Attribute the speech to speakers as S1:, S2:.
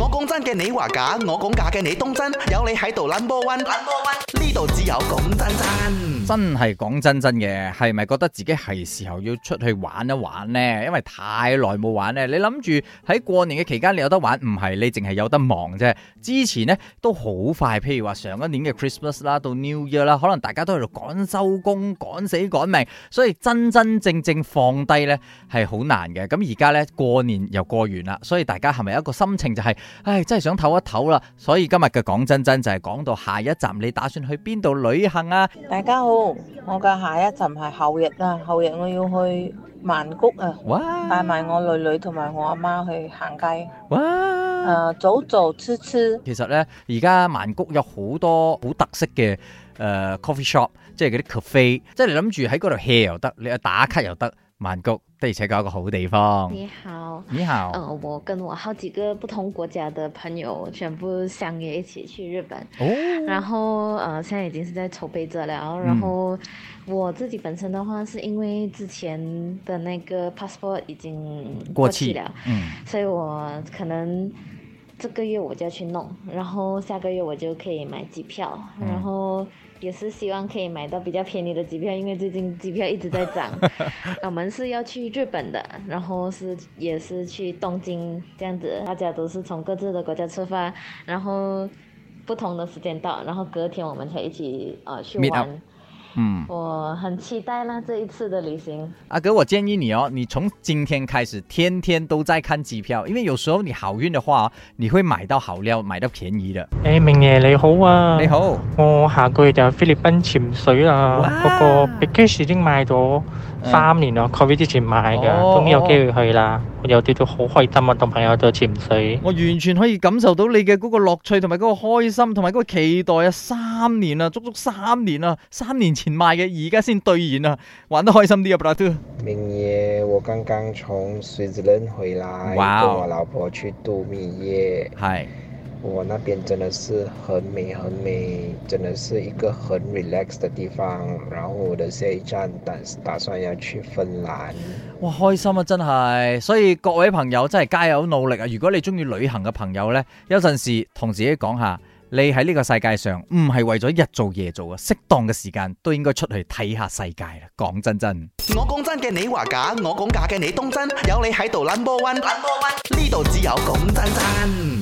S1: 我講真嘅，你話假；我講假嘅，你當真。有你喺度 number one，number one，呢度只有講真真。
S2: 真係講真真嘅，係咪覺得自己係時候要出去玩一玩呢？因為太耐冇玩呢。你諗住喺過年嘅期間你有得玩，唔係你淨係有得忙啫。之前呢都好快，譬如話上一年嘅 Christmas 啦，到 New Year 啦，可能大家都喺度趕收工、趕死趕命，所以真真正正放低呢係好難嘅。咁而家呢，過年又過完啦，所以大家係咪有一個心情就係、唉，真係想唞一唞啦。所以今日嘅講真真就係講到下一站你打算去邊度旅行啊？
S3: 大家好，我嘅下一站係後日啦，後日我要去曼谷啊，帶
S2: 哇
S3: 埋我女女同埋我阿媽去行街，誒、
S2: 哇！
S3: 走走吃吃，
S2: 其實咧，而家曼谷有好多好特色嘅誒、呃 coffee shop，即係嗰啲 cafe，即係你諗住喺嗰度 hea 又得，你又打卡又得。曼谷的而且確一個好地方。
S4: 你好，
S2: 你好，
S4: 呃，我跟我好几个不同国家的朋友全部相约一起去日本，
S2: 哦，
S4: 然后呃，现在已经是在筹备着了。然后我自己本身的话，是因为之前的那个 passport 已经
S2: 過
S4: 过
S2: 期
S4: 期了，
S2: 嗯，
S4: 所以我可能这个月我就要去弄，然后下个月我就可以买机票，
S2: 嗯
S4: 然后也是希望可以买到比较便宜的机票，因为最近机票一直在 涨。我们是要去日本的，然后是也是去东京这样子，大家都是从各自的国家出发，然后不同的时间到，然后隔天我们才一起呃去
S2: Meet up
S4: 玩。
S2: 嗯，
S4: 我很期待啦这一次的旅行。
S2: 阿哥，我建議你哦，你從今天開始天天都在看機票，因為有時候你好運的話，你會買到好料，買到便宜的。
S5: 诶，明爷你好啊！
S2: 你，好，
S5: 我下個月就去菲律賓潛水啦
S2: 哇。
S5: 嗰個 b i c a s 已經買咗三年啦，Covid 之前買噶，
S2: 哦
S5: 終於有機會去啦。我有啲都好開心啊，同朋友去潛水。
S2: 我完全可以感受到你嘅嗰個樂趣同埋嗰個開心同埋嗰個期待啊！三年啊，足足三年啊，三年前買嘅，而家先兌現啊，玩得開心啲啊，brother！
S6: 明爷，我刚刚从瑞士人回来，
S2: 哇哦
S6: 跟我老婆去度蜜月。
S2: 係
S6: 我那边真的是很美很美，真的是一个很 relax 的地方。然后我的下一站打打算要去芬兰。
S2: 哇，開心啊，真係！所以各位朋友真係加油努力啊！如果你中意旅行嘅朋友呢，有陣時同自己講下，你喺呢個世界上唔係為咗日做夜做啊，適當嘅時間都應該出去睇下世界啦。講真真，
S1: 我講真嘅，你話假；我講假嘅，你當真。有你喺度 number one，number one，呢度只有講真真。